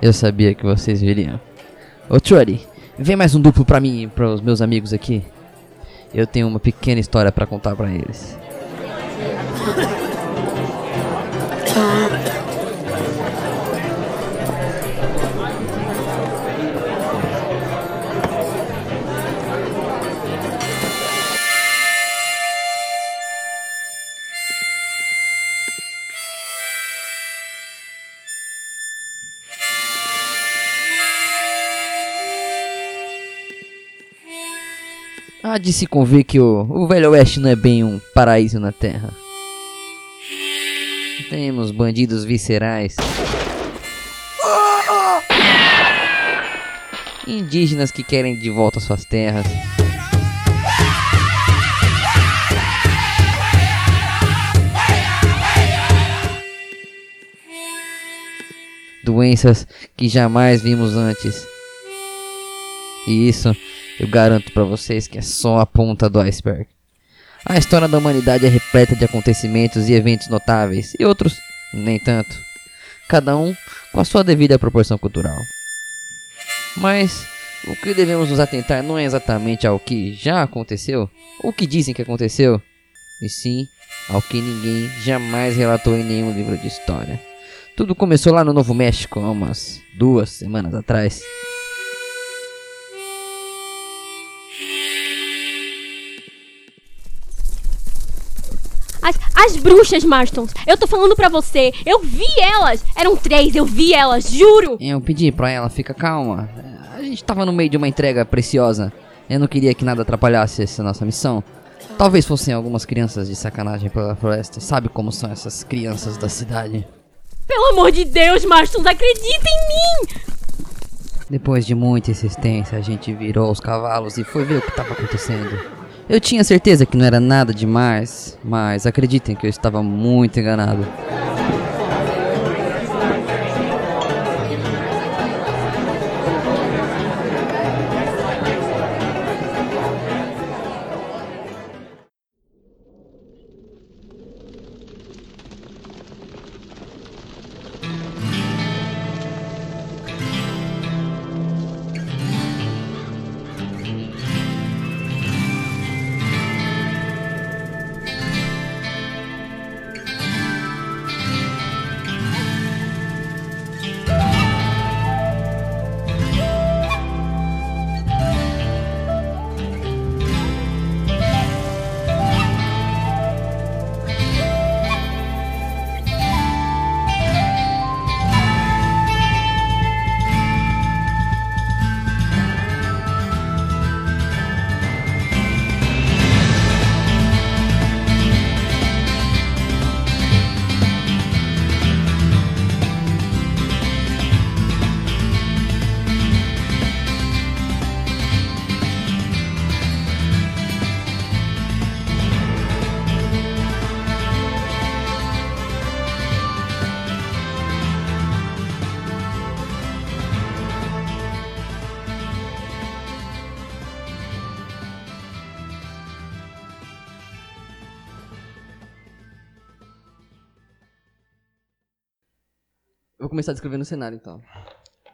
Eu sabia que vocês viriam. Ô Truddy, vem mais um duplo pra mim e pros meus amigos aqui. Eu tenho uma pequena história pra contar pra eles. Há de se convir que o, o Velho Oeste não é bem um paraíso na Terra. Temos bandidos viscerais. Indígenas que querem de volta suas terras. Doenças que jamais vimos antes. E isso eu garanto pra vocês que é só a ponta do iceberg. A história da humanidade é repleta de acontecimentos e eventos notáveis, e outros nem tanto. Cada um com a sua devida proporção cultural. Mas o que devemos nos atentar não é exatamente ao que já aconteceu, ou que dizem que aconteceu, e sim ao que ninguém jamais relatou em nenhum livro de história. Tudo começou lá no Novo México, há umas duas semanas atrás. As, as bruxas, Marston. Eu tô falando pra você. Eu vi elas. Eram três, eu vi elas, juro. Eu pedi pra ela, fica calma. A gente tava no meio de uma entrega preciosa. Eu não queria que nada atrapalhasse essa nossa missão. Talvez fossem algumas crianças de sacanagem pela floresta. Sabe como são essas crianças da cidade? Pelo amor de Deus, Marston, acredita em mim. Depois de muita insistência, a gente virou os cavalos e foi ver o que estava acontecendo. Eu tinha certeza que não era nada demais, mas acreditem que eu estava muito enganado. Eu vou começar descrevendo o cenário então.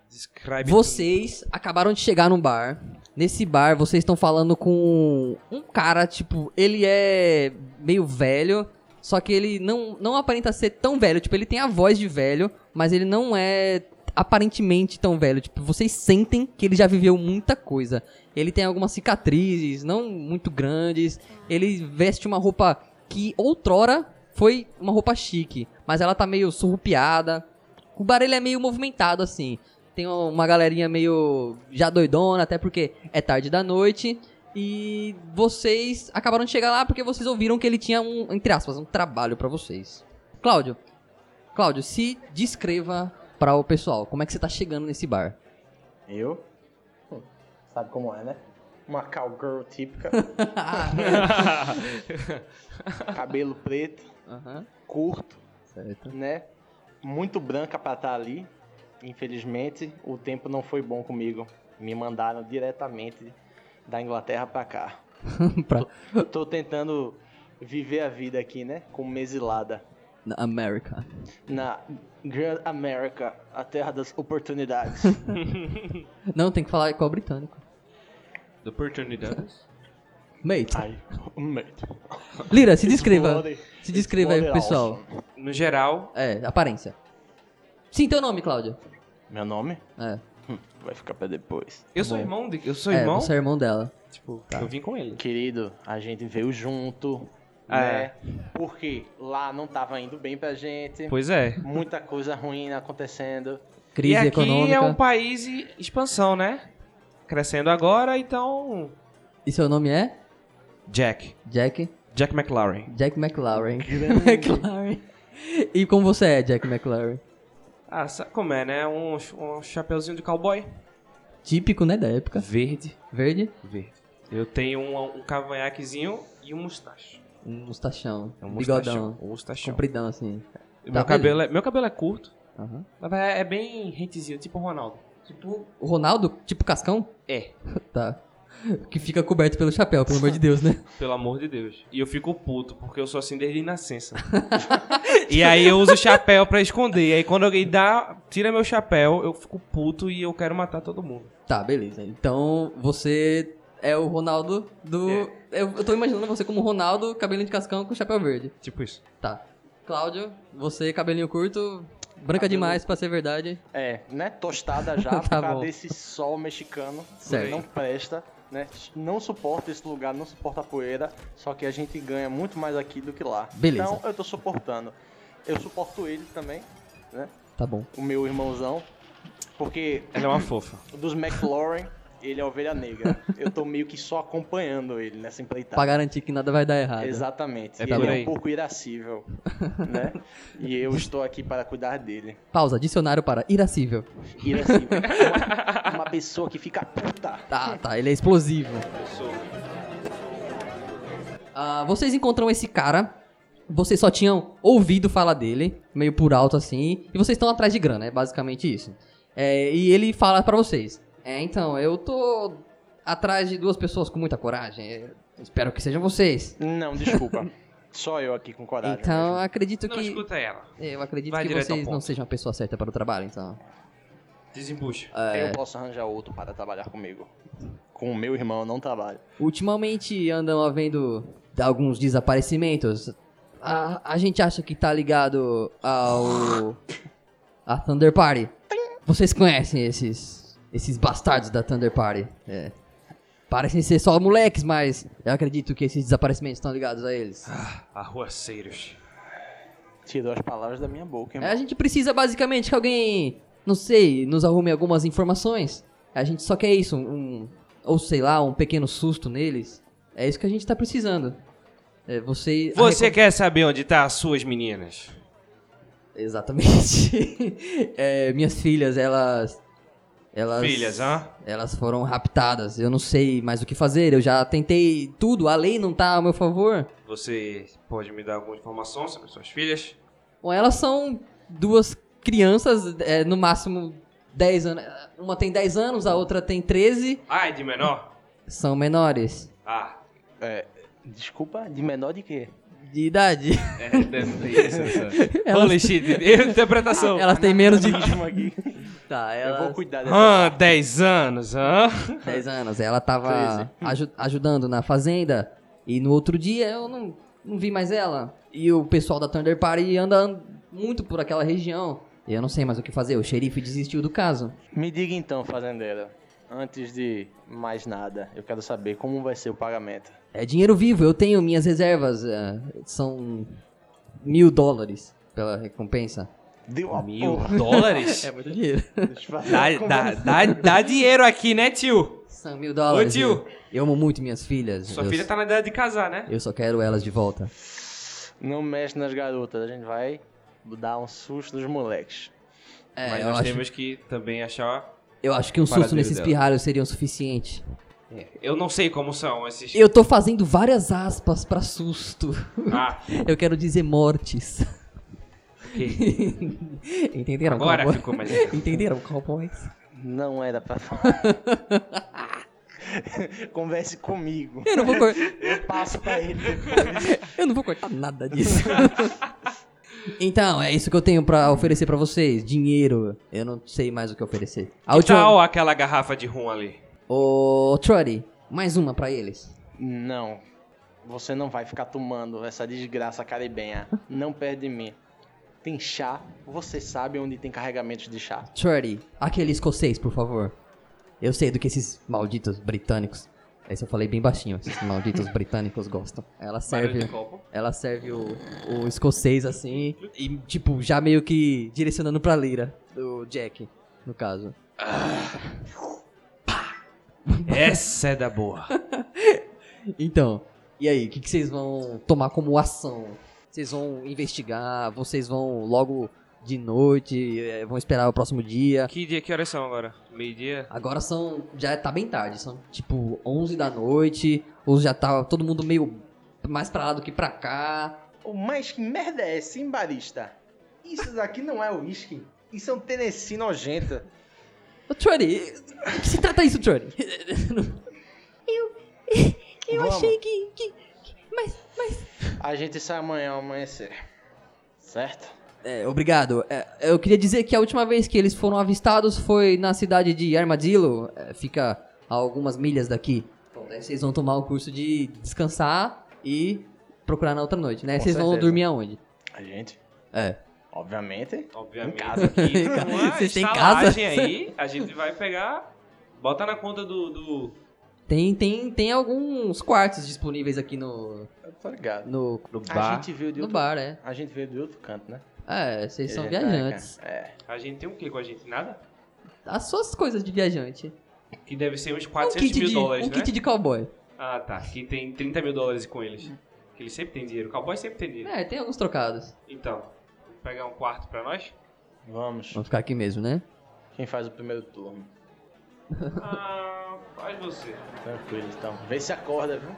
Descreve Vocês acabaram de chegar num bar. Nesse bar, vocês estão falando com um cara, tipo, ele é meio velho, só que ele não, não aparenta ser tão velho. Tipo, ele tem a voz de velho, mas ele não é aparentemente tão velho. Tipo, vocês sentem que ele já viveu muita coisa. Ele tem algumas cicatrizes, não muito grandes. Ele veste uma roupa que outrora foi uma roupa chique, mas ela tá meio surrupiada. O bar ele é meio movimentado assim. Tem uma galerinha meio já doidona, até porque é tarde da noite. E vocês acabaram de chegar lá porque vocês ouviram que ele tinha um, entre aspas, um trabalho pra vocês. Cláudio, Cláudio, se descreva para o pessoal como é que você tá chegando nesse bar. Eu? Hum, Sabe como é, né? Uma cowgirl típica, cabelo preto, Aham, curto, certo. né? Muito branca pra estar ali. Infelizmente, o tempo não foi bom comigo. Me mandaram diretamente da Inglaterra pra cá. Pra- Tô tentando viver a vida aqui, né? Como mesilada. na América. Na Grand America, a terra das oportunidades. Não, tem que falar qual britânico. The Oportunidades. Mate, Ai, mate. Lira, se descreva. Explode- Se descreva aí pro explode pessoal. awesome. No geral, É, aparência. Sim, teu nome, Cláudia. Meu nome? É, Hum, Vai ficar pra depois. eu sou irmão de... Eu sou é irmão? você é Tá. irmão dela. Tipo, eu vim com ele. Querido, a gente veio junto, Ah, É. né? Porque lá não tava indo bem pra gente. Pois é. Muita coisa ruim acontecendo. Crise e aqui econômica. é um país em expansão, né? Crescendo agora, então... E seu nome é? Jack. Jack? Jack McLaren. Jack McLaren. McLaren. E como você é, Jack McLaren? Ah, sabe como é, né? Um, um chapeuzinho de cowboy. Típico, né, da época. Verde. Verde, Verde. Eu tenho um, um cavanhaquezinho e um mustache. um mustachão. É um bigodão. mustachão. Um mustachão. Compridão, assim. Meu, Tá, cabelo é, meu cabelo é curto, Aham. mas é, é bem rentezinho, tipo o Ronaldo. Tipo... O Ronaldo, tipo cascão? É. Tá. Que fica coberto pelo chapéu, pelo amor de Deus, né? Pelo amor de Deus. E eu fico puto, porque eu sou assim desde nascença. e aí eu uso chapéu pra esconder. E aí quando alguém dá, tira meu chapéu, eu fico puto e eu quero matar todo mundo. Tá, beleza. Então você é o Ronaldo do. É. Eu, eu tô imaginando você como Ronaldo, cabelinho de cascão com chapéu verde. Tipo isso. Tá. Cláudio, você, cabelinho curto, branca Cabelo- demais pra ser verdade. É, né? Tostada já por Tá causa bom. desse sol mexicano. Certo. Não presta, né? Não suporta esse lugar, não suporta a poeira. Só que a gente ganha muito mais aqui do que lá. Beleza. Então eu tô suportando. Eu suporto ele também, né? Tá bom. o meu irmãozão. Porque Ela é uma fofa. dos McLaurin, ele é ovelha negra. Eu tô meio que só acompanhando ele nessa empreitada. Pra garantir que nada vai dar errado. Exatamente. É E por ele é aí. um pouco irascível, né? E eu estou aqui para cuidar dele. Pausa, dicionário para irascível. Irascível. Uma, uma pessoa que fica puta. Tá, tá, ele é explosivo. Ah, vocês encontram esse cara, vocês só tinham ouvido falar dele, meio por alto assim, e vocês estão atrás de grana, é basicamente isso. É, e ele fala pra vocês: É, então, eu tô atrás de duas pessoas com muita coragem, é, espero que sejam vocês. Não, desculpa. Só eu aqui com coragem. né, Então, mesmo. acredito Não que. é, escuta ela. Eu acredito Vai que direto ao vocês não ponto. sejam a pessoa certa para o trabalho, então. Desembucha. é. eu posso arranjar outro para trabalhar comigo. Com o meu irmão eu não trabalho. Ultimamente andam havendo alguns desaparecimentos. A, a gente acha que tá ligado ao. a Thunder Party. Vocês conhecem esses. esses bastardos da Thunder Party. É. Parecem ser só moleques, mas eu acredito que esses desaparecimentos estão ligados a eles. Arruaceiros. Tirou as palavras da minha boca, É, irmão. a gente precisa basicamente que alguém, não sei, nos arrume algumas informações. A gente só quer isso, um, um- ou sei lá, um pequeno susto neles. É isso que a gente tá precisando. É, você. a Você recom- quer saber onde tá as suas meninas? Exatamente. É, minhas filhas, elas. Elas. Filhas, hã? Elas foram raptadas. Eu não sei mais o que fazer. Eu já tentei tudo. A lei não tá ao meu favor. Você pode me dar alguma informação sobre suas filhas? Bom, elas são duas crianças, é, no máximo 10 anos. Uma tem 10 anos, a outra tem 13. Ah, é de menor? São menores Ah, É, desculpa, de menor de quê? de idade. é, deve ter isso. Elas- Holy shit, interpretação. Elas têm menos de. Mesmo aqui. Tá, Eu vou ela. cuidar dessa Ah, 10 anos, hã? 10 anos. Ela tava aju- ajudando na fazenda. E no outro dia eu não, não vi mais ela. E o pessoal da Thunder Party anda an- muito por aquela região. E eu não sei mais o que fazer. O xerife desistiu do caso. Me diga então, fazendeira, antes de mais nada, eu quero saber como vai ser o pagamento. É dinheiro vivo, eu tenho minhas reservas. é, são mil dólares pela recompensa. Deu uma Mil porra. dólares? muito dinheiro. Deixa eu fazer Dá, uma dá, conversa. dá, dá dinheiro aqui, né, tio? São mil dólares. Ô, tio. Eu amo muito minhas filhas. Sua eu, filha tá na idade de casar, né? eu só quero elas de volta. Não mexe nas garotas, a gente vai dar um susto nos moleques. É, Mas eu, nós acho, temos que também achar. eu acho que um paradeiro susto nesses dela. pirralhos seria o suficiente. É, Eu não sei como são esses. Eu tô fazendo várias aspas pra susto. Ah, Eu quero dizer mortes. ok. Entenderam, Agora cowboy? ficou mais. Entenderam, cowboys? Não era pra falar. Converse comigo. Eu não vou, cor- Eu passo pra ele. eu não vou cortar nada disso. Então, é isso que eu tenho pra oferecer pra vocês. Dinheiro. Eu não sei mais o que oferecer. A Que última... tal aquela garrafa de rum ali? Ô, Trudy, mais uma pra eles. Não. Você não vai ficar tomando essa desgraça caribenha. Não perde de mim. Tem chá. Você sabe onde tem carregamentos de chá. Trudy, aquele escocês, por favor. Eu sei do que esses malditos britânicos... Esse eu falei bem baixinho. Esses malditos britânicos gostam. Ela Barulho serve... de copo. Ela serve o, o escocês assim e, tipo, já meio que direcionando pra lira do Jack, no caso. Essa é da boa. Então, e aí, o que, que vocês vão tomar como ação? Vocês vão investigar, vocês vão logo de noite, eh, vão esperar o próximo dia. Que dia, que horas são agora? Meio-dia? Agora são, já tá bem tarde, são tipo 11 da noite, ou já tá todo mundo meio mais pra lá do que pra cá. Oh, mas que merda é essa, hein, barista? Isso daqui não é uísque. Isso é um Tennessee nojento. Ô, Trudy, o que se trata isso, Trudy? Eu Vamos. achei que, que- que- Mas. A gente sai amanhã ao amanhecer. Certo? É, obrigado. É, eu queria dizer que a última vez que eles foram avistados foi na cidade de Armadillo, é, fica a algumas milhas daqui. Bom, daí vocês vão tomar o curso de descansar e procurar na outra noite, né? Com Vocês vão certeza. dormir aonde? A gente, É. obviamente. Obviamente. Em casa. aqui, Em casa. uma Vocês têm estalagem aí, a gente vai pegar, bota na conta do... do- Tem, tem, tem alguns quartos disponíveis aqui no, Eu tô ligado. no, no A bar. gente veio de No outro, bar, é. a gente veio de outro canto, né? É, vocês são A gente tá, viajantes. cara. É. A gente tem o quê com a gente? Nada? As suas coisas de viajante. Que deve ser uns Um 400 kit mil de, dólares, um né? kit de cowboy. Ah, tá. Que tem 30 mil dólares com eles. Que eles sempre têm dinheiro. O cowboy sempre tem dinheiro. É, tem alguns trocados. Então, vamos pegar um quarto pra nós? Vamos. Vamos ficar aqui mesmo, né? Quem faz o primeiro turno? Ah, faz você. Tranquilo, então. Vê se acorda, viu?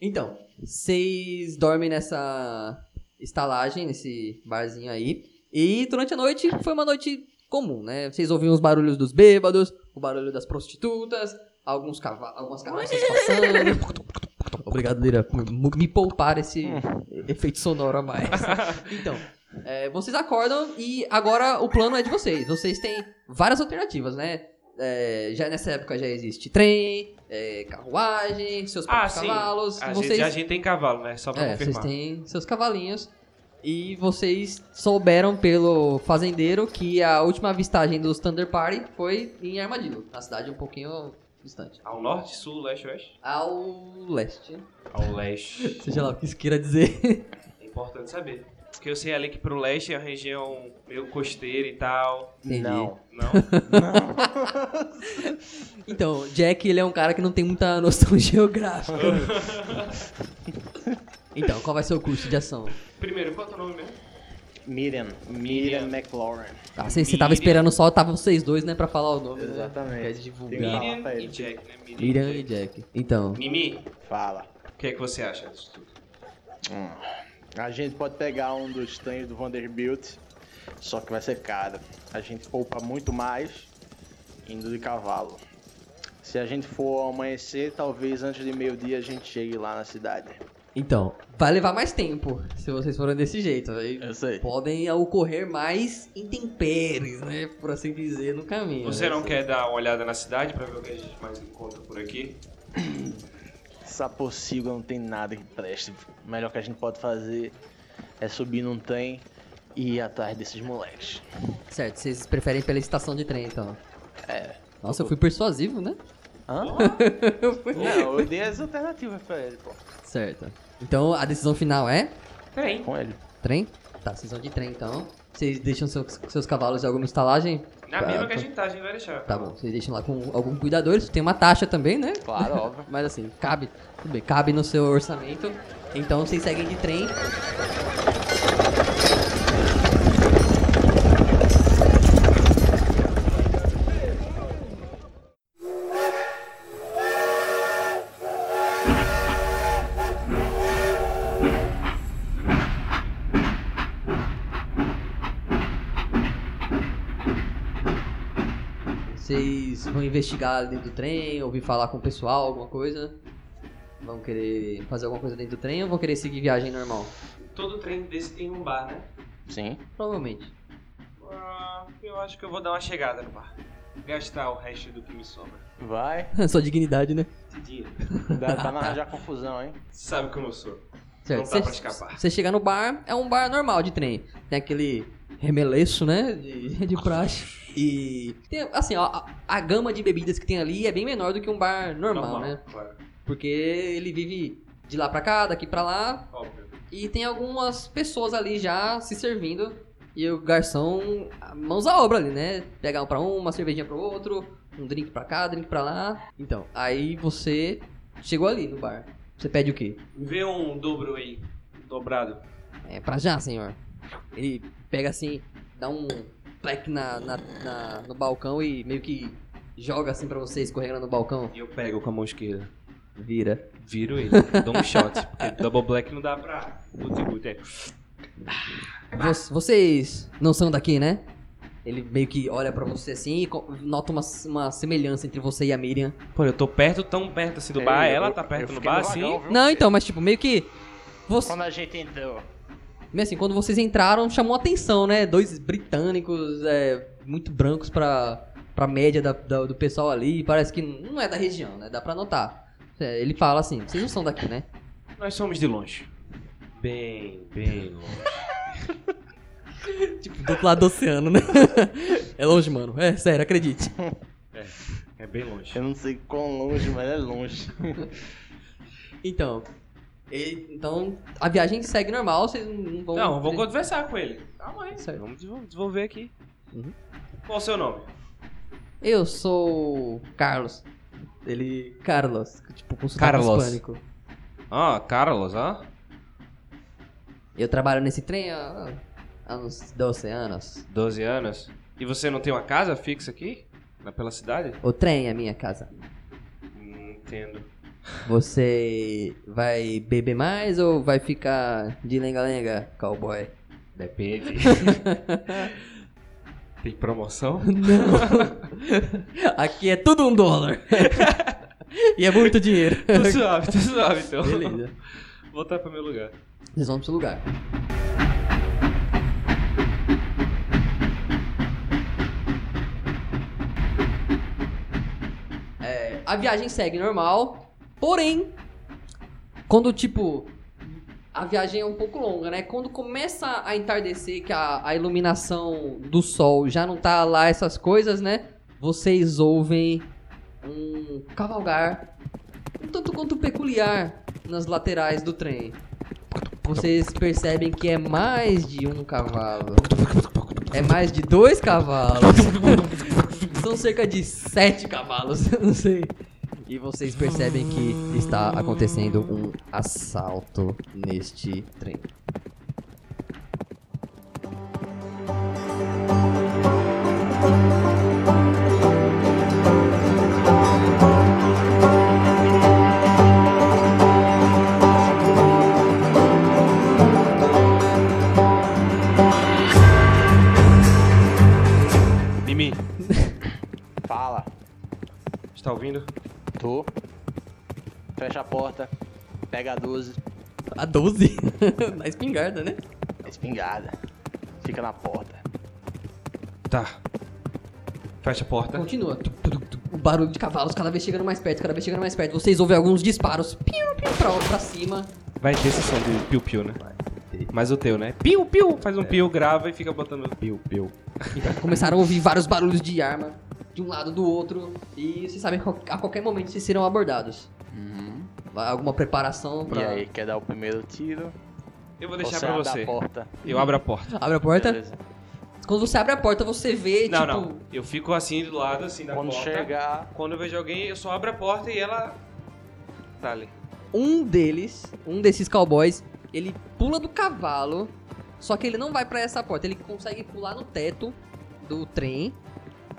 Então, vocês dormem nessa estalagem, nesse barzinho aí. E durante a noite foi uma noite comum, né? Vocês ouviam os barulhos dos bêbados, o barulho das prostitutas, alguns cava algumas carroças passando. Obrigado, Lira, por mu- me poupar esse efeito sonoro a mais. Então, é, vocês acordam e agora o plano é de vocês. Vocês têm várias alternativas, né? É, já nessa época já existe trem, é, carruagem, seus Ah, próprios sim. cavalos. A, vocês gente, a gente tem cavalo, né? Só pra é, vocês confirmar. têm seus cavalinhos. E vocês souberam pelo fazendeiro que a última avistagem dos Thunder Party foi em Armadillo, na cidade um pouquinho distante. Ao norte, sul, leste, oeste? Ao leste. Ao leste. Seja lá o que isso queira dizer. É importante saber. Porque eu sei ali que pro leste é a região meio costeira e tal. Entendi. Não. Não? Não. Então, Jack, ele é um cara que não tem muita noção geográfica. então, qual vai ser o curso de ação? Primeiro, qual é o teu nome mesmo? Miriam. Miriam McLaurin. Ah, você você tava Miriam. esperando só, tava vocês dois, né, pra falar o É, nome, né? Exatamente. Quer divulgar. Tem Miriam, uma- Miriam e Jack, né? Miriam e Jack. Então, Mimi, Fala. o que é que você acha disso tudo? A gente pode pegar um dos tanhos do Vanderbilt, só que vai ser caro. A gente poupa muito mais indo de cavalo. Se a gente for ao amanhecer, talvez antes de meio-dia a gente chegue lá na cidade. Então, vai levar mais tempo se vocês forem desse jeito. Aí sei. podem ocorrer mais intempéries, né? Por assim dizer, no caminho. Você né? não quer dar uma olhada na cidade pra ver o que a gente mais encontra por aqui? Essa pocilga não tem nada que preste. O melhor que a gente pode fazer é subir num trem e ir atrás desses moleques. Certo, vocês preferem pela estação de trem, então. É. Nossa, eu fui persuasivo, né? Hã? Eu fui. Não, eu dei as alternativas pra ele, pô. Certo. Então, a decisão final é Tem. Com ele. trem? Tá, vocês vão de trem, então. Vocês deixam seus, seus cavalos em alguma estalagem? Na Tá, mesma que a tá. gente tá, a gente vai deixar. Tá bom, vocês deixam lá com algum cuidador. Isso tem uma taxa também, né? Claro, óbvio. Mas assim, cabe, tudo bem, cabe no seu orçamento. Então vocês seguem de trem. Vocês vão investigar dentro do trem, ouvir falar com o pessoal, alguma coisa? Vão querer fazer alguma coisa dentro do trem ou vão querer seguir viagem normal? Todo trem desse tem um bar, né? Sim. Provavelmente. Ah, eu acho que eu vou dar uma chegada no bar. Gastar o resto do que me sobra. Vai. Sua dignidade, né? De dinheiro. Dá, tá na já confusão, hein? Sabe como eu sou. Certo. Não dá pra Cê- escapar. Você chega no bar, é um bar normal de trem. Tem aquele remeleço, né? De, de praxe. E. Tem, assim, ó, a, a gama de bebidas que tem ali é bem menor do que um bar normal, né? Claro, Porque ele vive de lá pra cá, daqui pra lá. óbvio. E tem algumas pessoas ali já se servindo. E o garçom, a- mãos à obra ali, né? Pegar um pra um, uma cervejinha pro outro, um drink pra cá, drink pra lá. Então, aí você chegou ali no bar. Você pede o quê? Vê um dobro aí, dobrado. É pra já, senhor. Ele pega assim, dá um plec na, na- na- no balcão e meio que joga assim pra você, escorregando no balcão. E eu pego com a mão esquerda. Vira. Viro ele, dou um shot. Porque double black não dá pra. Guti guti. é. Vo- vocês não são daqui, né? Ele meio que olha pra você assim e co- nota uma, uma semelhança entre você e a Miriam. Pô, eu tô perto, tão perto assim do bar. Ei, Ela É, eu- tá eu perto do fiquei bar, no assim. vagão, viu? Não, então, mas tipo, meio que. Você, Quando a gente entrou. meio assim, quando vocês entraram, chamou atenção, né? Dois britânicos, é, muito brancos pra, pra média da- da- do pessoal ali. Parece que não é da região, né? Dá pra notar. É, ele fala assim: vocês não são daqui, né? Nós somos de longe. Bem, bem longe. Tipo, do outro lado do oceano, né? É longe, mano. É sério, acredite. É bem longe. Eu não sei quão longe, mas é longe. Então. e- então, a viagem segue normal, vocês não vão. Não, vou conversar com ele. Calma aí. Certo. Vamos desenvol- desenvolver aqui. Uhum. Qual o seu nome? Eu sou. Carlos. Ele. Carlos. Tipo, com sotaque Carlos. hispânico. Ah, Carlos, ah? Eu trabalho nesse trem há, há uns 12 anos. 12 anos. E você não tem uma casa fixa aqui? Na, pela cidade? O trem é minha casa. Hum, Entendo. Você vai beber mais ou vai ficar de lenga-lenga, cowboy? Depende. tem promoção? Aqui é tudo um dólar. e é muito dinheiro. Tô suave, tô suave então. Beleza. Voltar pro meu lugar. Eles vão pro seu lugar. É, a viagem segue normal, porém, quando tipo. A viagem é um pouco longa, né? Quando começa a entardecer, que a, a iluminação do sol já não tá lá, essas coisas, né? Vocês ouvem um cavalgar um tanto quanto peculiar nas laterais do trem. Vocês percebem que é mais de um cavalo. É mais de dois cavalos. São cerca de sete cavalos, eu não sei. E vocês percebem que está acontecendo um assalto neste trem. Mimi, Fala. está ouvindo? Tô. Fecha a porta. Pega a 12. A 12? Na espingarda, né? Espingada. é Fica na porta. Tá. Fecha a porta. Continua. Tu, tu, tu, tu. O barulho de cavalos cada vez chegando mais perto, cada vez chegando mais perto. Vocês ouvem alguns disparos. Piu, piu, pra, pra cima. Vai ter esse som de piu-piu, né? Mas o teu, né? Piu-piu! Faz um piu, grava e fica botando piu-piu. Começaram a ouvir vários barulhos de arma de um lado do outro e vocês sabem que a qualquer momento vocês serão abordados. Vai Alguma preparação Uhum. E pra. aí, quer dar o primeiro tiro? Eu vou deixar Ou pra abre você. a porta. Eu abro a porta. Abre a porta. Beleza. Quando você abre a porta, você vê, Não, tipo. não. Eu fico assim do lado, assim, da Quando porta. chegar, Quando eu vejo alguém, eu só abro a porta e ela. Tá ali. Um deles, um desses cowboys, ele pula do cavalo. Só que ele não vai pra essa porta. Ele consegue pular no teto do trem.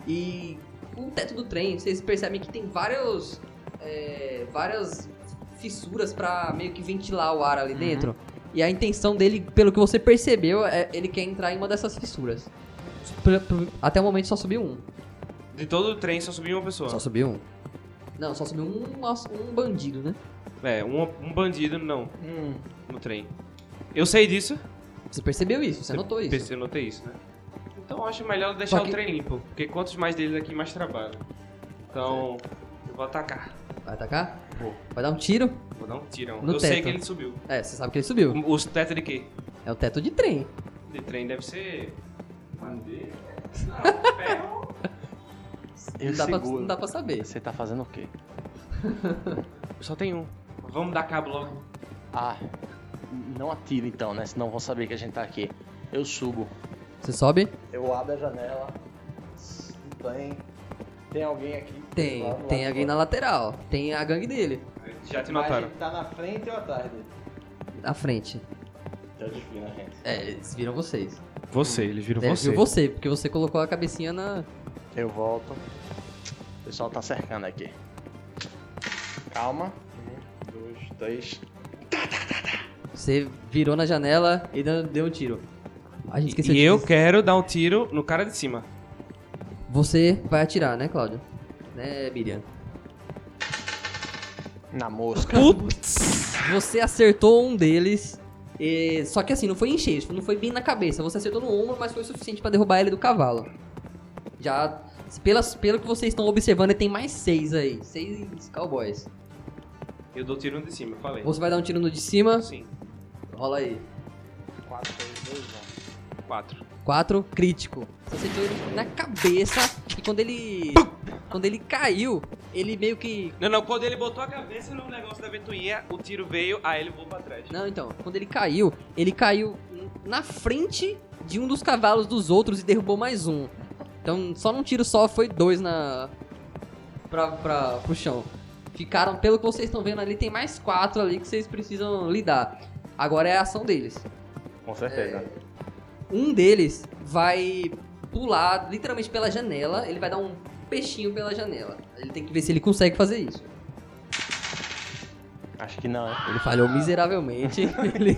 E o teto do trem, vocês percebem que tem vários. é, várias fissuras pra meio que ventilar o ar ali dentro. E a intenção dele, pelo que você percebeu, é ele quer entrar em uma dessas fissuras. Pra- pra- Até o momento só subiu um. De todo o trem só subiu uma pessoa. Só subiu um. Não, só subiu um, um bandido, né? É, um, um bandido não, Hum, no trem. Eu sei disso. Você percebeu isso, você notou isso. Pensei, eu notei isso, né? Então eu acho melhor deixar Só que- o trem limpo, porque quantos mais deles aqui, mais trabalho. Então, eu vou atacar. Vai atacar? Vou. Vai dar um tiro? Vou dar um tirão. No eu sei teto. que ele subiu. É, você sabe que ele subiu. O- Os teto de quê? É o teto de trem. De trem deve ser. Madeira? Não, ferro. eu não, dá pra, seguro. não dá pra saber. Você tá fazendo o quê? Só tem um. Vamos dar cabo logo. Ah, não atira então, né? Senão vão saber que a gente tá aqui. Eu subo. Você sobe? Eu abro a janela. Tem. Tem alguém aqui? Tem. Tem alguém na lateral. Tem a gangue dele. Já te notaram. tá na frente ou atrás dele? Na frente. Já desvio na gente. É, eles viram vocês. Você, eles viram Ele viu você, porque você colocou a cabecinha na. Eu volto. O pessoal tá cercando aqui. Calma. Um, dois, três. Você virou na janela e deu deu um tiro. A gente esqueceu E de eu quero dar um tiro no cara de cima. Você vai atirar, né, Cláudio? Né, Miriam? Na mosca. Putz! Você acertou um deles. e- Só que assim, não foi em cheio, não foi bem na cabeça. Você acertou no ombro, mas foi o suficiente pra derrubar ele do cavalo. Já. Pelas, pelo que vocês estão observando, ele tem mais seis aí. Seis cowboys. Eu dou tiro no de cima, falei. Você vai dar um tiro no de cima. Sim, Rola aí. Quatro, três, dois, quatro. 4, crítico. Você acertou ele na cabeça e quando ele. Quando ele caiu, ele meio que. Não, não, quando ele botou a cabeça no negócio da ventoinha, o tiro veio, aí ele voou pra trás. Não, então, quando ele caiu, ele caiu na frente de um dos cavalos dos outros e derrubou mais um. Então, só num tiro só foi dois na. Pra, pra, pro chão. Ficaram, pelo que vocês estão vendo ali, tem mais quatro ali que vocês precisam lidar. Agora é a ação deles. um. Com certeza. Um deles vai pular literalmente pela janela, ele vai dar um peixinho pela janela. Ele tem que ver se ele consegue fazer isso. Acho que não, hein? Ele falhou miseravelmente. ele,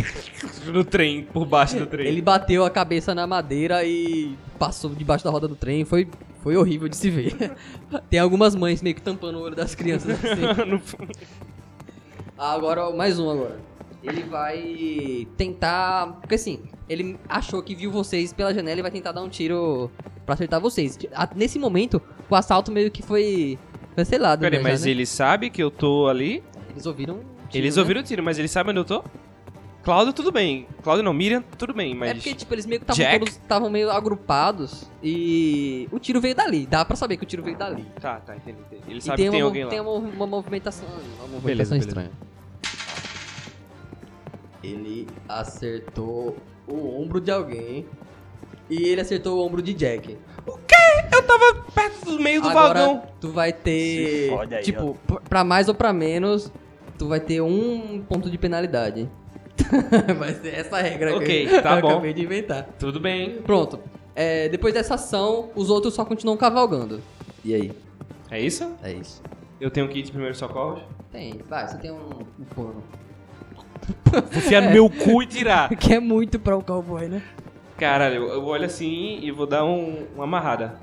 No trem, por baixo do trem. ele bateu a cabeça na madeira e passou debaixo da roda do trem. Foi, foi horrível de se ver. tem algumas mães meio que tampando o olho das crianças assim. No- Ah, agora, mais um agora. Ele vai tentar. Porque assim, ele achou que viu vocês pela janela e vai tentar dar um tiro pra acertar vocês. A- Nesse momento, o assalto meio que foi cancelado. Peraí, né, mas já, né? ele sabe que eu tô ali? Eles ouviram. um tiro, eles né? ouviram o tiro, mas ele sabe onde eu tô? Cláudio, tudo bem. Cláudio não, Miriam, tudo bem, mas. É porque, tipo, eles meio que estavam Jack? todos estavam meio agrupados e o tiro veio dali. Dá pra saber que o tiro veio dali. Tá, tá, entendi. entendi. Ele E sabe que tem uma, alguém lá. tem uma, uma movimentação, uma movimentação Beleza, beleza. estranha. Ele acertou o ombro de alguém e ele acertou o ombro de Jack. Eu tava perto do meio do Agora vagão. tu vai ter, Se fode aí, tipo, p- pra mais ou pra menos, tu vai ter um ponto de penalidade. vai ser essa regra Ok, que eu- tá eu bom. acabei de inventar. Tudo bem. Pronto. É, depois dessa ação, os outros só continuam cavalgando. E aí? É isso? É isso. Eu tenho kit de primeiro socorro. Tem, vai, você tem um, um pano. Vou enfiar no meu cu e tirar. Que é muito pra um cowboy, né? Caralho, eu- eu olho assim e vou dar um- uma amarrada.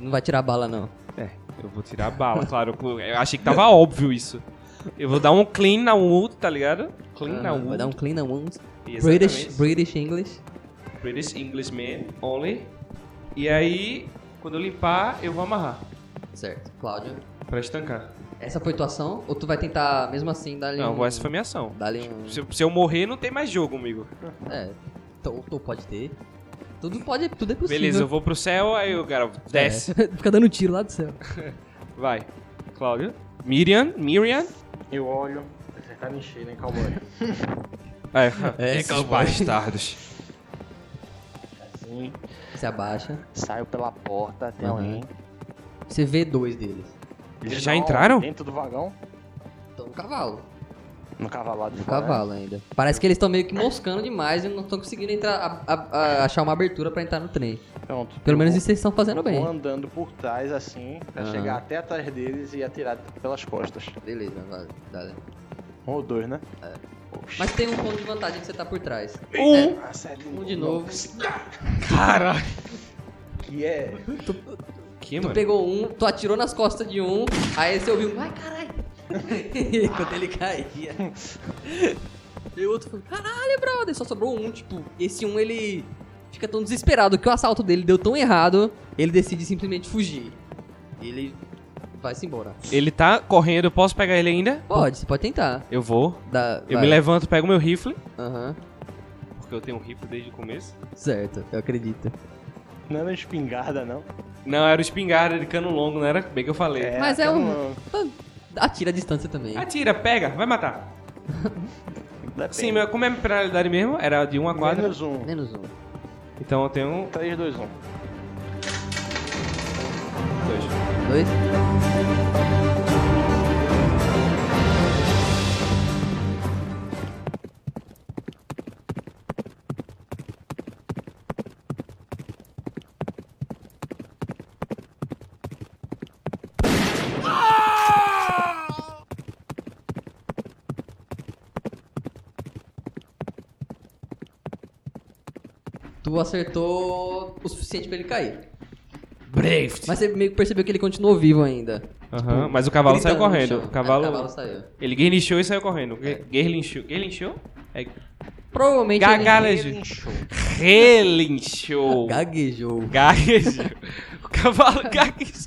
Não vai tirar bala, não. É, eu vou tirar a bala, claro. Eu achei que tava óbvio isso. Eu vou dar um clean na wood, tá ligado? Clean na Ah, wood. vai dar um clean na wounds. Exatamente. British, British English. British Englishman only. E aí, quando eu limpar, eu vou amarrar. Certo, Cláudio. Pra estancar. Essa foi tua ação? Ou tu vai tentar, mesmo assim, dar ali um... Não, essa foi minha ação. Dar ali um... Se, se eu morrer, não tem mais jogo, amigo. É, tu, tu pode ter. Tudo pode, tudo é possível. Beleza, eu vou pro céu, aí o cara desce. É. Fica dando tiro lá do céu. Vai. Cláudio. Miriam, Miriam. Eu olho. Você tá enchendo, hein, cowboy? É, É, esses cowboy. bastardos. Assim. Se abaixa. Saio pela porta, tem Uhum. alguém. Você vê dois deles. Eles já não, entraram? Dentro do vagão? Estão no Então, um cavalo. No cavalado de No fora. cavalo ainda. Parece que eles estão meio que moscando demais e não estão conseguindo entrar, a- a- a- achar uma abertura pra entrar no trem. né? Pronto. Pelo Eu menos vou- isso eles estão fazendo eu bem. Vou andando por trás, assim, pra Aham. chegar até atrás deles e atirar pelas costas. Beleza, vai. dá-lhe. Um ou dois, né? Mas tem um ponto de vantagem que você tá por trás. Um. Nossa, é Um de novo. Cara. Que é. que, Tu mano? pegou um, tu atirou nas costas de um, aí você ouviu, ai caralho! Enquanto ele caía. E o outro falou, caralho, brother! Só sobrou um, tipo, esse um ele fica tão desesperado que o assalto dele deu tão errado, ele decide simplesmente fugir. Ele vai-se embora. Ele tá correndo, eu posso pegar ele ainda? Pode, você pode tentar. Eu vou. Dá- Eu vai. me levanto, pego meu rifle, Aham, porque eu tenho um rifle desde o começo. certo, eu acredito. Não era espingarda, não. Não, era o espingarda de cano longo, não era bem que eu falei. Mas é então, Ah, Atira a distância também. Atira, pega, vai matar. depende. Sim, mas como é a penalidade mesmo? Era de 1 a 4. Menos um. Menos um. Então eu tenho 3, 2, 1. dois. Dois. Tu acertou o suficiente pra ele cair. Brave. Mas você meio que percebeu que ele continuou vivo ainda. Aham, mas o cavalo saiu Gritando no correndo. chão. O cavalo, É, o cavalo saiu. É. Ele guerlinchou e saiu correndo. Gue- Guerlinchou. Guerlinchou? É. Provavelmente Gagalejou. Relinchou. ele gaguejou. Gaguejou. O cavalo gaguejou.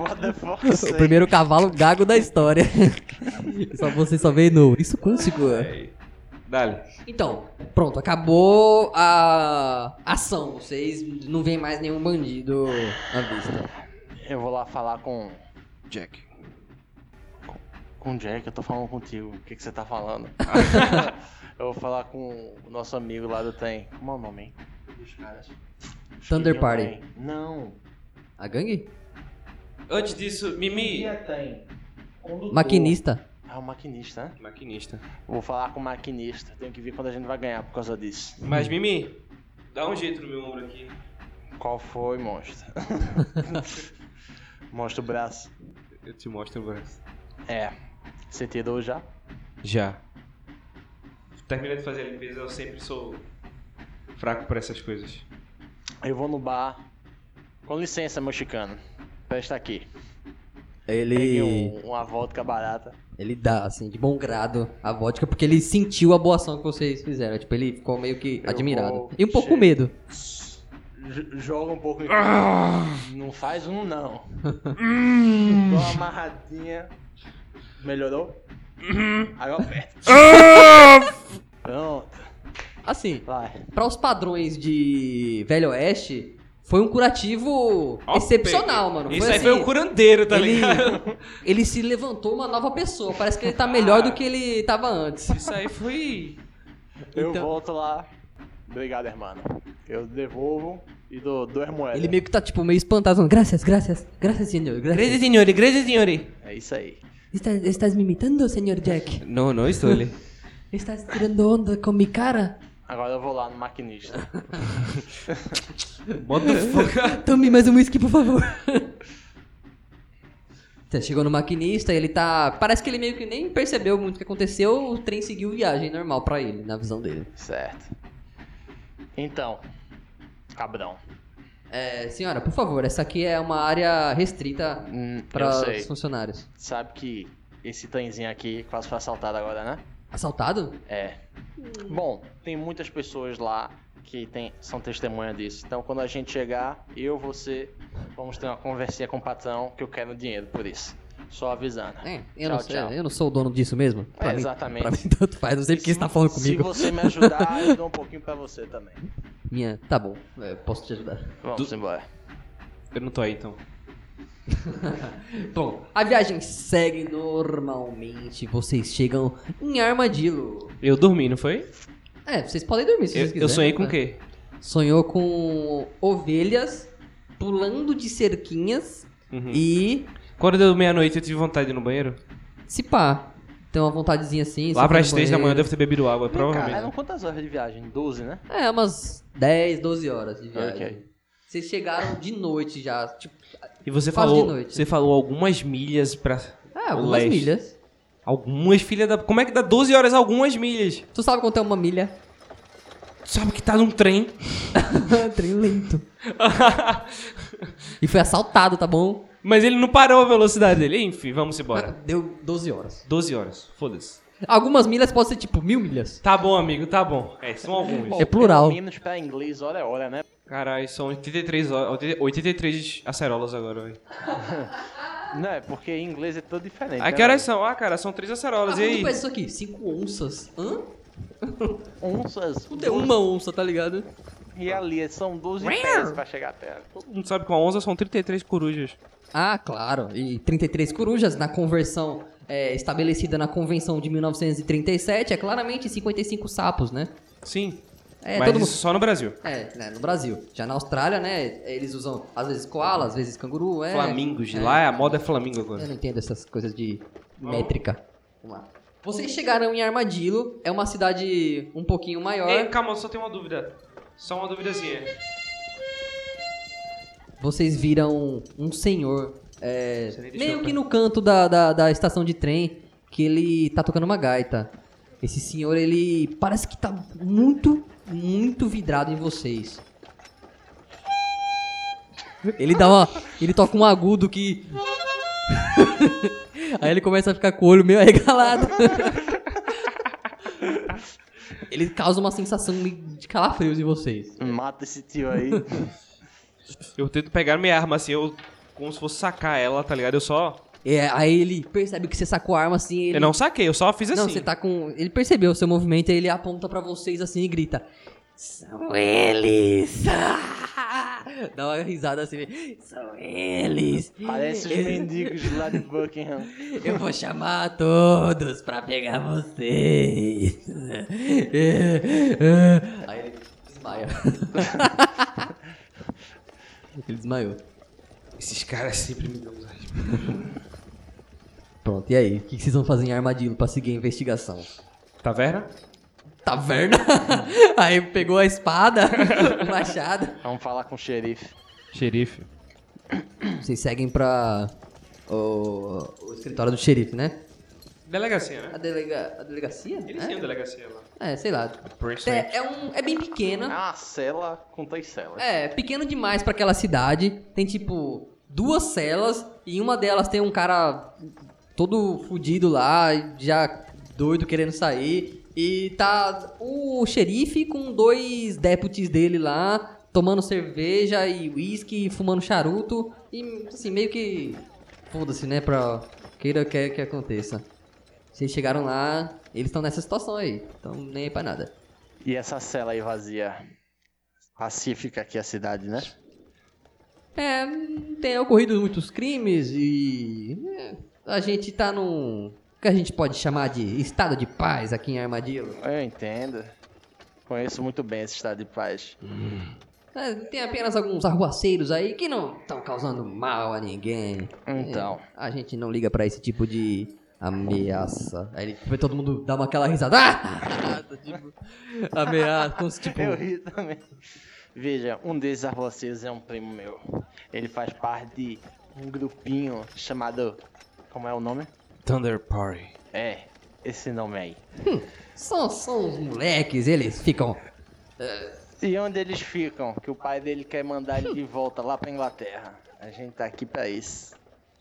What the fuck? O primeiro cavalo gago da história. só você só veio no. Isso quando segura. Dale. Então, pronto, acabou a ação. Vocês não veem mais nenhum bandido à vista. Eu vou lá falar com. Jack. Com- Com Jack, eu tô falando contigo. O que, que você tá falando? eu vou falar com o nosso amigo lá do Tem. Como é o nome, hein? Dos caras. Os Thunder que tinham Party. Tem. Não. A gangue? Antes disso, Mimi. Tinha Tem. Condutor. Maquinista. Ah, o maquinista, né? Maquinista. Vou falar com o maquinista. Tenho que ver quando a gente vai ganhar por causa disso. Mas, Mimi, dá um jeito no meu ombro aqui. Qual foi, monstro? monstro o braço. Eu te mostro o braço. É. Você tirou já? Já. Termina de fazer a limpeza, eu sempre sou fraco pra essas coisas. Eu vou no bar. Com licença, meu chicano. Presta aqui. Peguei Ele. um- uma vodka barata. Ele dá, assim, de bom grado a vodka, porque ele sentiu a boa ação que vocês fizeram. Tipo, ele ficou meio que Eu admirado. vou- E um pouco com chego. medo. J- Joga um pouco. em- Não faz um, não. Dá uma amarradinha. Melhorou? Agora aperta. Pronto. Assim, Vai. Pra os padrões de Velho Oeste, foi um curativo Ó, excepcional, Pedro, mano. Isso foi aí assim, foi o curandeiro, tá ele, ligado? ele se levantou uma nova pessoa. Parece que ele tá melhor do que ele tava antes. Isso aí foi. Eu Então- volto lá. Obrigado, hermano. Eu devolvo e dou duas moedas. Ele meio que tá, tipo, meio espantado. falando, Graças, graças, graças, senhor. Graças. senhores, graças, senhores. É isso aí. Está- estás me imitando, senhor Jack? Não, não estou ali. Estás tirando onda com minha cara? Agora eu vou lá no maquinista. Motherfucker. Tome mais um whisky, por favor. Você Tá, chegou no maquinista, ele tá. Parece que ele meio que nem percebeu muito o que aconteceu. O trem seguiu viagem normal pra ele, na visão dele. certo. Então, cabrão. É, senhora, por favor, essa aqui é uma área restrita Hum, para eu sei. os funcionários. Sabe que esse trenzinho aqui quase foi assaltado agora, né? Assaltado? É. Bom, tem muitas pessoas lá que tem, são testemunha disso. Então, quando a gente chegar, eu, você, vamos ter uma conversinha com o patrão que eu quero dinheiro por isso. Só avisando. É, eu, Tchau, não, sei, tchau. É, eu não sou o dono disso mesmo. Pra mim- exatamente. Pra mim tanto faz, não sei porque você tá falando Se comigo. você me ajudar, eu dou um pouquinho pra você também. Minha, tá bom, é, posso te ajudar. Vamos embora. Eu não tô aí, então. Bom, a viagem segue normalmente, vocês chegam em Armadillo. Eu dormi, não foi? É, vocês podem dormir se Eu, vocês quiserem. eu sonhei com né? o quê? Sonhou com ovelhas pulando de cerquinhas Uhum. e Quando deu meia-noite, eu tive vontade de ir no banheiro. se pá. Tem uma vontadezinha assim. você Lá vai pras no três da manhã, eu banheiro. devo ter bebido água, provavelmente. Eram quantas horas de viagem? 12, né? É, umas 10, 12 horas de viagem. Ok. Vocês chegaram de noite já, tipo, E você Quase falou, de noite. você falou algumas milhas pra é, o algumas leste. milhas. Algumas filha da. Como é que dá 12 horas algumas milhas? Tu sabe quanto é uma milha? Sabe que tá num trem. Trem lento. E foi assaltado, tá bom? Ah, Mas ele não parou a velocidade dele. Enfim, vamos embora. Deu 12 horas. 12 horas. Foda-se. Algumas milhas pode ser tipo mil milhas. Tá bom, amigo, tá bom. É, são alguns. É plural. Pelo menos pra inglês, hora é hora, né? Caralho, são 83, horas- 80 83 acerolas agora, velho. Não, é porque em inglês é todo diferente. Ah, né, que horas são? Ah, cara, são 3 acerolas. Ah, E aí? quanto pesa isso aqui? 5 onças. Hã? velho? Um Onças. Não deu uma onça, tá ligado? E ali é são 12 pés pra chegar até. ela. Todo mundo sabe que uma onça são 33 corujas. Ah, claro. E 33 corujas na conversão é, estabelecida na convenção de 1937 é claramente 55 sapos, né? Sim. É, Mas todo isso mundo- só no Brasil. É, né, no Brasil. Já na Austrália, né, eles usam às vezes koala, às vezes canguru, é... Flamingos de lá, a moda é flamingo Eu agora. não entendo essas coisas de métrica. Vamos lá. Vocês chegaram em Armadillo, é uma cidade um pouquinho maior. Ei, calma, só tem uma dúvida. Só uma duvidazinha. Vocês viram um senhor, é, Você nem deixou meio eu que no canto da, da, da estação de trem, que ele tá tocando uma gaita. Esse senhor, ele parece que tá muito, muito vidrado em vocês. Ele dá uma. Ele toca um agudo que. Aí ele começa a ficar com o olho meio arregalado. Ele causa uma sensação de calafrios em vocês. Mata esse tio aí. Eu tento pegar minha arma assim, eu. Como se fosse sacar ela, tá ligado? Eu só. É, aí ele percebe que você sacou a arma assim. Ele... Eu não saquei, eu só fiz assim. Não, você tá com. Ele percebeu o seu movimento e ele aponta pra vocês assim e grita: São eles! Dá uma risada assim: São eles! Parece um os mendigos lá de Buckingham. Eu vou chamar todos pra pegar vocês! Aí ele desmaia. ele desmaiou. tá- Esses caras sempre me dão uns arrepios. Pronto, e aí? O que que vocês vão fazer em armadilho pra seguir a investigação? Taverna? taverna. Aí pegou a espada, o machado. Vamos falar com o xerife. Xerife. Vocês seguem pra o, o escritório do xerife, né? Delegacia, né? A, delega, a delegacia? Eles né? têm uma delegacia lá. É, sei lá. Precinct. É, é um, é bem É pequena. uma cela com três celas. É, pequeno demais pra aquela cidade. Tem tipo duas celas e em uma delas tem um cara todo fudido lá, já doido querendo sair. E tá o xerife com dois deputies dele lá, tomando cerveja e uísque, fumando charuto. E assim, meio que. Foda-se, né? Pra. Queira que, que aconteça. Vocês chegaram lá, eles estão nessa situação aí. Então nem aí pra nada. E essa cela aí vazia? Pacífica aqui a cidade, né? É, tem ocorrido muitos crimes e é, a gente tá num o que a gente pode chamar de estado de paz aqui em Armadillo. Eu entendo. Conheço muito bem esse estado de paz. É, Tem apenas alguns arruaceiros aí que não estão causando mal a ninguém. Então. É, a gente não liga pra esse tipo de ameaça. Aí ele- todo mundo dá uma aquela risada. Ah! tipo, ameaça, como se, tipo, Eu ri também. Veja, um desses arroceiros é um primo meu. Ele faz parte de um grupinho chamado. Como é o nome? Thunder Party. É, esse nome aí. são, são os moleques, eles ficam E onde eles ficam? Que o pai dele quer mandar ele de volta lá pra Inglaterra. A gente tá aqui pra isso.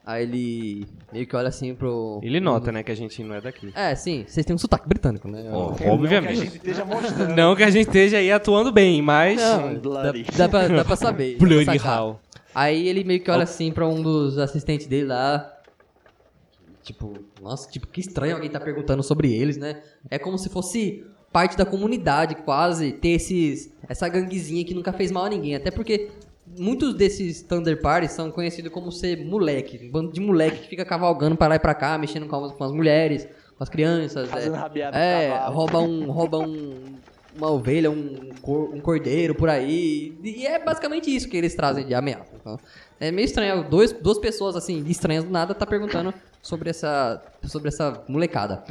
Aí ele meio que olha assim pro Ele nota, né, que a gente não é daqui. É, sim, vocês têm um sotaque britânico, né? Não que a gente esteja mostrando. Não que a gente esteja aí atuando bem, mas. Não, dá, Bloody. dá, pra, dá pra saber. dá pra Bloody sacar. Hell. Aí ele meio que olha assim pra um dos assistentes dele lá. Tipo, nossa, tipo, que estranho alguém tá perguntando sobre eles, né? É como se fosse parte da comunidade, quase, ter esses, essa ganguezinha que nunca fez mal a ninguém. Até porque muitos desses Thunder Parties são conhecidos como ser moleque. Um bando de moleque que fica cavalgando pra lá e pra cá, mexendo com as, com as mulheres, com as crianças. Fazendo é. rabiada É, do cavalo. rouba um, rouba um, uma ovelha, um, cor- um cordeiro por aí. E é basicamente isso que eles trazem de ameaça. Então, é meio estranho, dois, duas pessoas assim, estranhas do nada, tá perguntando sobre essa, sobre essa molecada.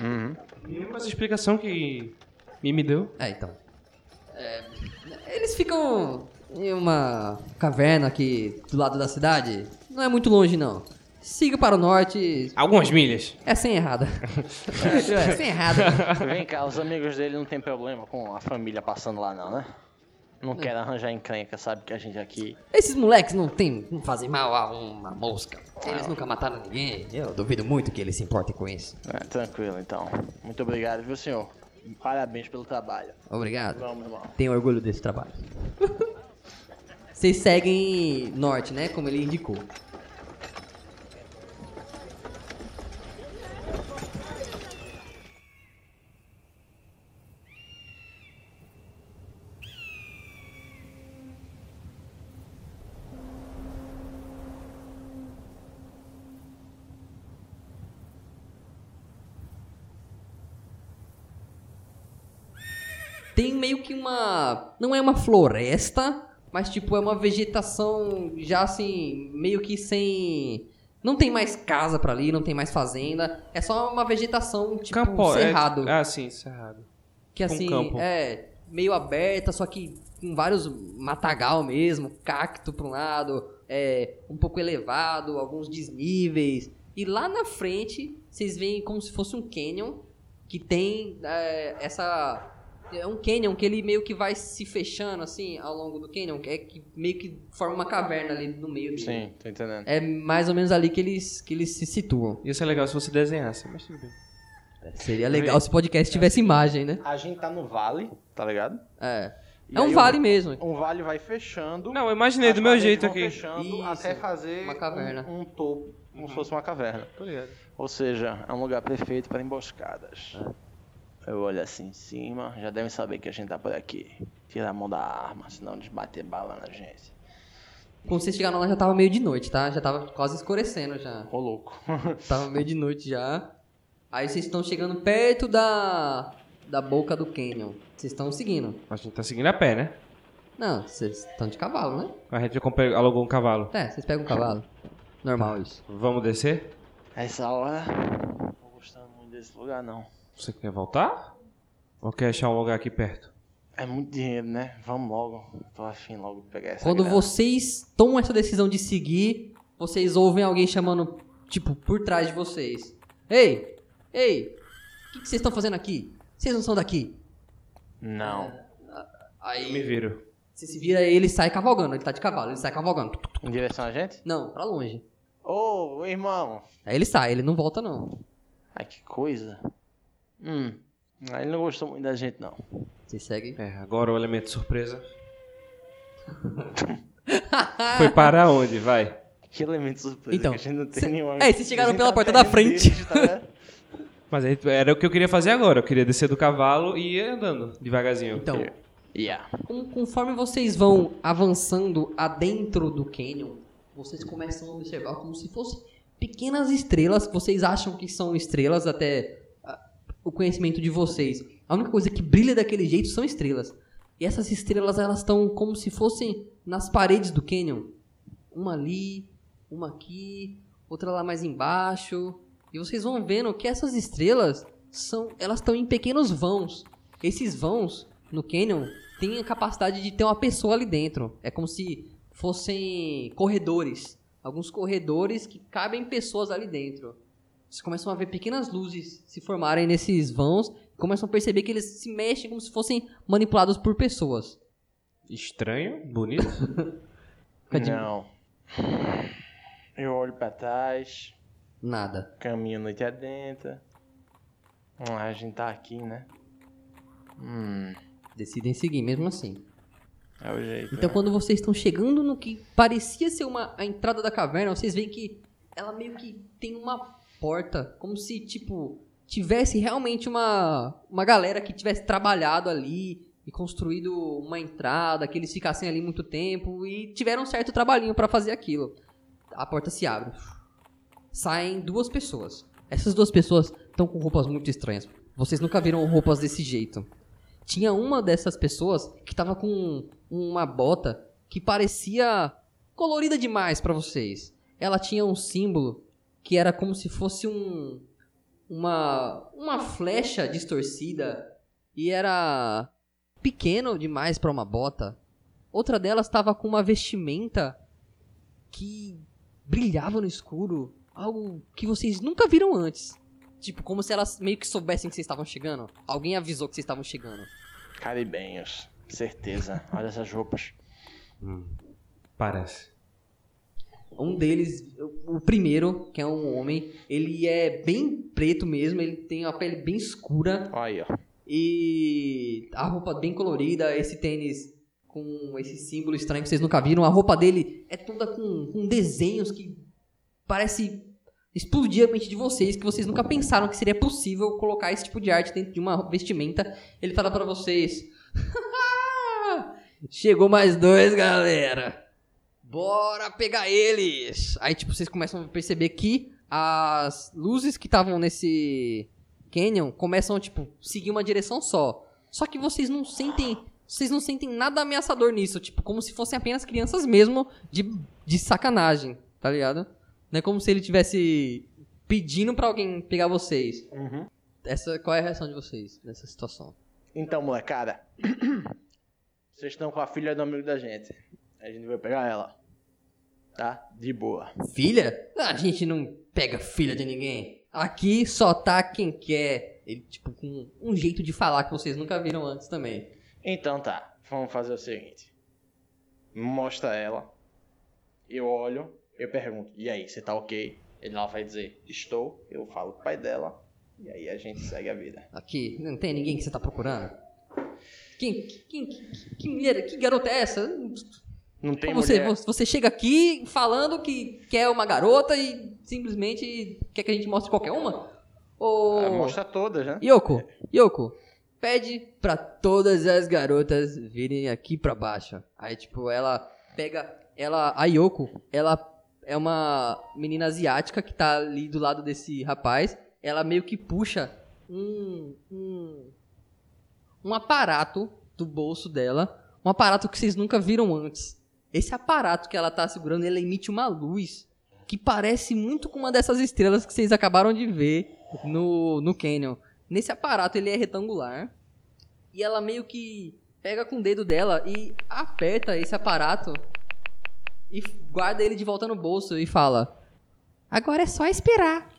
Mesma explicação que me, me deu. É, então. É, eles ficam em uma caverna aqui do lado da cidade. Não é muito longe, não. Siga para o norte. Algumas milhas. É sem errada. é sem errada. Vem cá, os amigos dele não tem problema com a família passando lá não, né? Não quero arranjar encrenca, sabe que a gente aqui... Esses moleques não, tem, não fazem mal a uma mosca. Eles nunca mataram ninguém. Eu duvido muito que eles se importem com isso. É, tranquilo, então. Muito obrigado, viu, senhor? Parabéns pelo trabalho. Obrigado. Vamos, irmão. Tenho orgulho desse trabalho. Vocês seguem norte, né? Como ele indicou. Tem meio que uma. Não é uma floresta, mas tipo, é uma vegetação já assim, meio que sem. Não tem mais casa pra ali, não tem mais fazenda. É só uma vegetação, tipo, cerrado. É, ah, sim, cerrado. que com assim, campo. é meio aberta, só que com vários matagal mesmo, cacto pra um lado, é um pouco elevado, alguns desníveis. E lá na frente, vocês veem como se fosse um canyon que tem é, essa é um canyon que ele meio que vai se fechando assim ao longo do canyon, que é que meio que forma uma caverna ali no meio dele. Sim, tô entendendo. É mais ou menos ali que eles que eles se situam. Ia ser legal se você desenhasse, mas tudo bem. É. Seria legal se o podcast tivesse imagem, né? A gente tá no vale, tá ligado? É. E É um aí vale mesmo. Um vale vai fechando. Não, eu imaginei as do meu paredes jeito vão aqui. Fechando Isso, até fazer uma caverna. Um, um topo, como se fosse uma caverna. Tô ligado. Ou seja, é um lugar perfeito para emboscadas. Eu olho assim em cima, já devem saber que a gente tá por aqui. Tira a mão da arma, senão eles batem bala na gente. Quando vocês chegaram lá já tava meio de noite, tá? Já tava quase escurecendo já. Ô louco. Tava meio de noite já. Aí vocês estão chegando perto da da boca do canyon. Vocês estão seguindo. A gente tá seguindo a pé, né? Não, vocês estão de cavalo, né? A gente compre- alugou um cavalo. É, vocês pegam um cavalo. Normal isso. Vamos descer? Essa hora. Não tô gostando muito desse lugar, não. Você quer voltar? Ou quer achar um lugar aqui perto? É muito dinheiro, né? Vamos logo. Tô afim logo de pegar essa. Quando grana. vocês tomam essa decisão de seguir, vocês ouvem alguém chamando, tipo, por trás de vocês. Ei! Ei! O que que vocês estão fazendo aqui? Vocês não são daqui. Não. Eu me Aí viro. você se vira ele sai cavalgando. Ele tá de cavalo, ele sai cavalgando. Em direção a gente? Não, pra longe. Ô, irmão. Aí ele sai, ele não volta não. Ai, que coisa. Hum. Ah, Ele não gostou muito da gente, não. Vocês seguem. É, agora o elemento surpresa. Foi para onde? Vai. Que elemento surpresa. Então, que a gente não tem cê- nenhuma. é, vocês chegaram A gente pela tá porta da perto frente. deles, tá vendo? Mas aí era o que eu queria fazer agora. Eu queria descer do cavalo e ir andando devagarzinho. Então, yeah. com- conforme vocês vão avançando adentro do canyon, vocês começam a observar como se fossem pequenas estrelas. Vocês acham que são estrelas até ah, o conhecimento de vocês. A única coisa que brilha daquele jeito são estrelas. E essas estrelas elas estão como se fossem nas paredes do canyon. Uma ali, uma aqui, outra lá mais embaixo. E vocês vão vendo que essas estrelas são, elas estão em pequenos vãos. Esses vãos no canyon têm a capacidade de ter uma pessoa ali dentro. É como se fossem corredores, alguns corredores que cabem pessoas ali dentro. Vocês começam a ver pequenas luzes se formarem nesses vãos, começam a perceber que eles se mexem como se fossem manipulados por pessoas. é Estranho, bonito. Fica de- Não. Eu olho pra trás, Nada. caminho noite adentro. Ah, a gente tá aqui, né? Hum. Decidem seguir mesmo assim. É o jeito. Então, né? quando vocês estão chegando no que parecia ser uma, a entrada da caverna, vocês veem que ela meio que tem uma porta, como se, tipo, tivesse realmente uma, uma galera que tivesse trabalhado ali e construído uma entrada, que eles ficassem ali muito tempo e tiveram um certo trabalhinho pra fazer aquilo. A porta se abre. Saem duas pessoas. Essas duas pessoas estão com roupas muito estranhas. Vocês nunca viram roupas desse jeito tinha uma dessas pessoas que tava com uma bota que parecia colorida demais pra vocês. Ela tinha um símbolo que era como se fosse um uma uma flecha distorcida e era pequeno demais pra uma bota. Outra delas estava com uma vestimenta que brilhava no escuro algo que vocês nunca viram antes. Tipo, como se elas meio que soubessem que vocês estavam chegando. Alguém avisou que vocês estavam chegando. Caribenhos, certeza. Olha essas roupas. Parece. Um deles, o primeiro, que é um homem, ele é bem preto mesmo, ele tem a pele bem escura Olha aí, ó. e a roupa bem colorida, esse tênis com esse símbolo estranho que vocês nunca viram. A roupa dele é toda com, com desenhos que parece explodir a mente de vocês, que vocês nunca pensaram que seria possível colocar esse tipo de arte dentro de uma vestimenta. Ele fala pra vocês: Chegou mais dois, galera. Bora pegar eles! Aí, tipo, vocês começam a perceber que as luzes que estavam nesse canyon começam, tipo, seguir uma direção só. Só que vocês não sentem. Vocês não sentem nada ameaçador nisso, tipo, como se fossem apenas crianças mesmo de, de sacanagem, tá ligado? Não é como se ele tivesse pedindo pra alguém pegar vocês. Uhum. Essa, qual é a reação de vocês nessa situação? Então, molecada. Vocês estão com a filha do amigo da gente. A gente vai pegar ela. Tá? De boa. Filha? Ah, A gente não pega filha de ninguém. Aqui só tá quem quer. Ele, tipo, com um jeito de falar que vocês nunca viram antes também. Então tá, vamos fazer o seguinte. Mostra ela. Eu olho, eu pergunto, e aí, você tá ok? Ele Ela vai dizer, estou. Eu falo pro pai dela. E aí a gente segue a vida. Aqui, não tem ninguém que você tá procurando? Quem, quem, que, que mulher, que garota é essa? Não tem você, mulher. você chega aqui falando que quer uma garota e simplesmente quer que a gente mostre qualquer uma? Ah, Ou... Mostra todas, né? Yoko, Yoko, pede pra todas as garotas virem aqui pra baixo. Aí, tipo, ela pega. Ela. A Yoko, ela é uma menina asiática que tá ali do lado desse rapaz. Ela meio que puxa um. um, um aparato do bolso dela. Um aparato que vocês nunca viram antes. Esse aparato que ela tá segurando, ele emite uma luz que parece muito com uma dessas estrelas que vocês acabaram de ver no, no Canyon. Nesse aparato ele é retangular e ela meio que pega com o dedo dela e aperta esse aparato e guarda ele de volta no bolso e fala: Agora é só esperar.